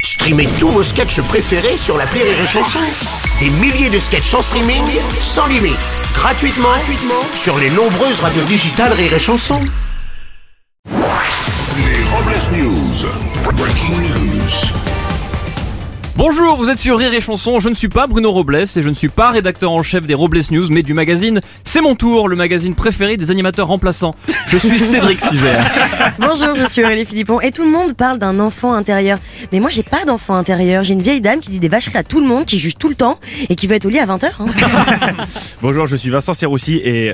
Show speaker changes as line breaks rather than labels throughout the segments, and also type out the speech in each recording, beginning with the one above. Streamez tous vos sketchs préférés sur la Rire et Chanson. Des milliers de sketchs en streaming, sans limite, gratuitement, gratuitement sur les nombreuses radios digitales Rire et Chanson.
Les Robles News. Breaking news.
Bonjour, vous êtes sur Rire et Chanson, je ne suis pas Bruno Robles et je ne suis pas rédacteur en chef des Robles News, mais du magazine C'est mon tour, le magazine préféré des animateurs remplaçants. Je suis Cédric Cizer.
Bonjour, je suis Aurélie Philippon et tout le monde parle d'un enfant intérieur. Mais moi, j'ai pas d'enfant intérieur. J'ai une vieille dame qui dit des vacheries à tout le monde, qui juge tout le temps et qui veut être au lit à hein. 20h.
Bonjour, je suis Vincent Serroussi et.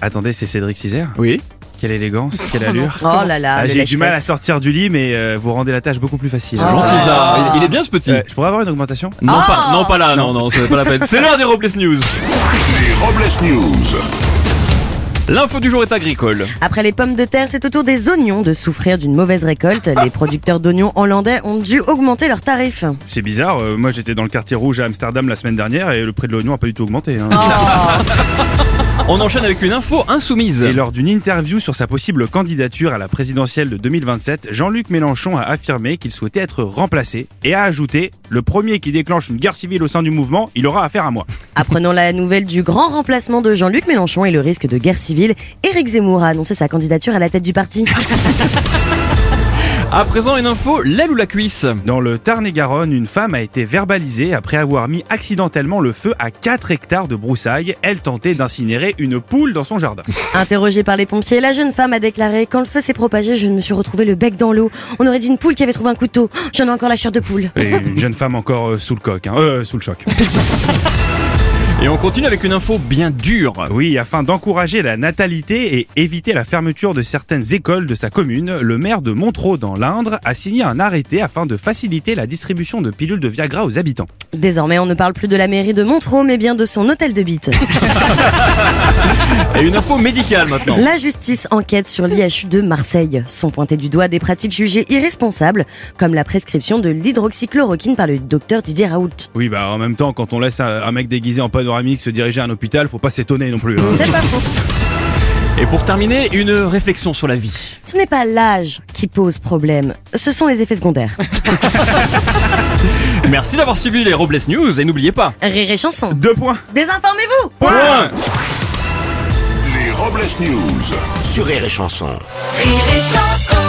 Attendez, c'est Cédric Cizer
Oui.
Quelle élégance, quelle allure
Oh là là,
Ah,
le
J'ai du mal à
lèche-fesse.
sortir du lit, mais euh, vous rendez la tâche beaucoup plus facile.
C'est gentil ça. Ah. Il, il est bien ce petit.
Euh, je pourrais avoir une augmentation
Non, pas, non, pas là, Ah. non, non, c'est pas la peine. C'est l'heure des Robles News.
Les Robles News.
L'info du jour est agricole.
Après les pommes de terre, c'est au tour des oignons de souffrir d'une mauvaise récolte. Les producteurs d'oignons hollandais ont dû augmenter leurs tarifs.
C'est bizarre, euh, moi j'étais dans le quartier rouge à Amsterdam la semaine dernière et le prix de l'oignon a pas du tout augmenté. hein.
On enchaîne avec une info insoumise.
Et lors d'une interview sur sa possible candidature à la présidentielle de 2027, Jean-Luc Mélenchon a affirmé qu'il souhaitait être remplacé et a ajouté Le premier qui déclenche une guerre civile au sein du mouvement, il aura affaire à moi.
Apprenant la nouvelle du grand remplacement de Jean-Luc Mélenchon et le risque de guerre civile, Éric Zemmour a annoncé sa candidature à la tête du parti.
À présent, une info, l'aile ou la cuisse.
Dans le Tarn-et-Garonne, une femme a été verbalisée après avoir mis accidentellement le feu à 4 hectares de broussailles. Elle tentait d'incinérer une poule dans son jardin.
Interrogée par les pompiers, la jeune femme a déclaré Quand le feu s'est propagé, je me suis retrouvé le bec dans l'eau. On aurait dit une poule qui avait trouvé un couteau. J'en ai encore la chair de poule.
Et une jeune femme encore euh, sous le coq, hein. Euh, sous le choc.
Et on continue avec une info bien dure.
Ah Oui, afin d'encourager la natalité et éviter la fermeture de certaines écoles de sa commune, le maire de Montreux dans l'Indre a signé un arrêté afin de faciliter la distribution de pilules de Viagra aux habitants.
Désormais, on ne parle plus de la mairie de Montreux, mais bien de son hôtel de bite.
Et une info médicale maintenant.
La justice enquête sur l'IHU de Marseille. Sont pointées du doigt des pratiques jugées irresponsables, comme la prescription de l'hydroxychloroquine par le docteur Didier Raoult.
Oui, bah en même temps, quand on laisse un, un mec déguisé en panoramique se diriger à un hôpital, faut pas s'étonner non plus. hein.
C'est pas faux.
Et pour terminer, une réflexion sur la vie.
Ce n'est pas l'âge qui pose problème, ce sont les effets secondaires.
Merci d'avoir suivi les Robles News et n'oubliez pas.
Rire et chanson.
Deux points
Désinformez-vous
Point.
Les Robles News.
Sur Rire et Chanson.
Rire et chanson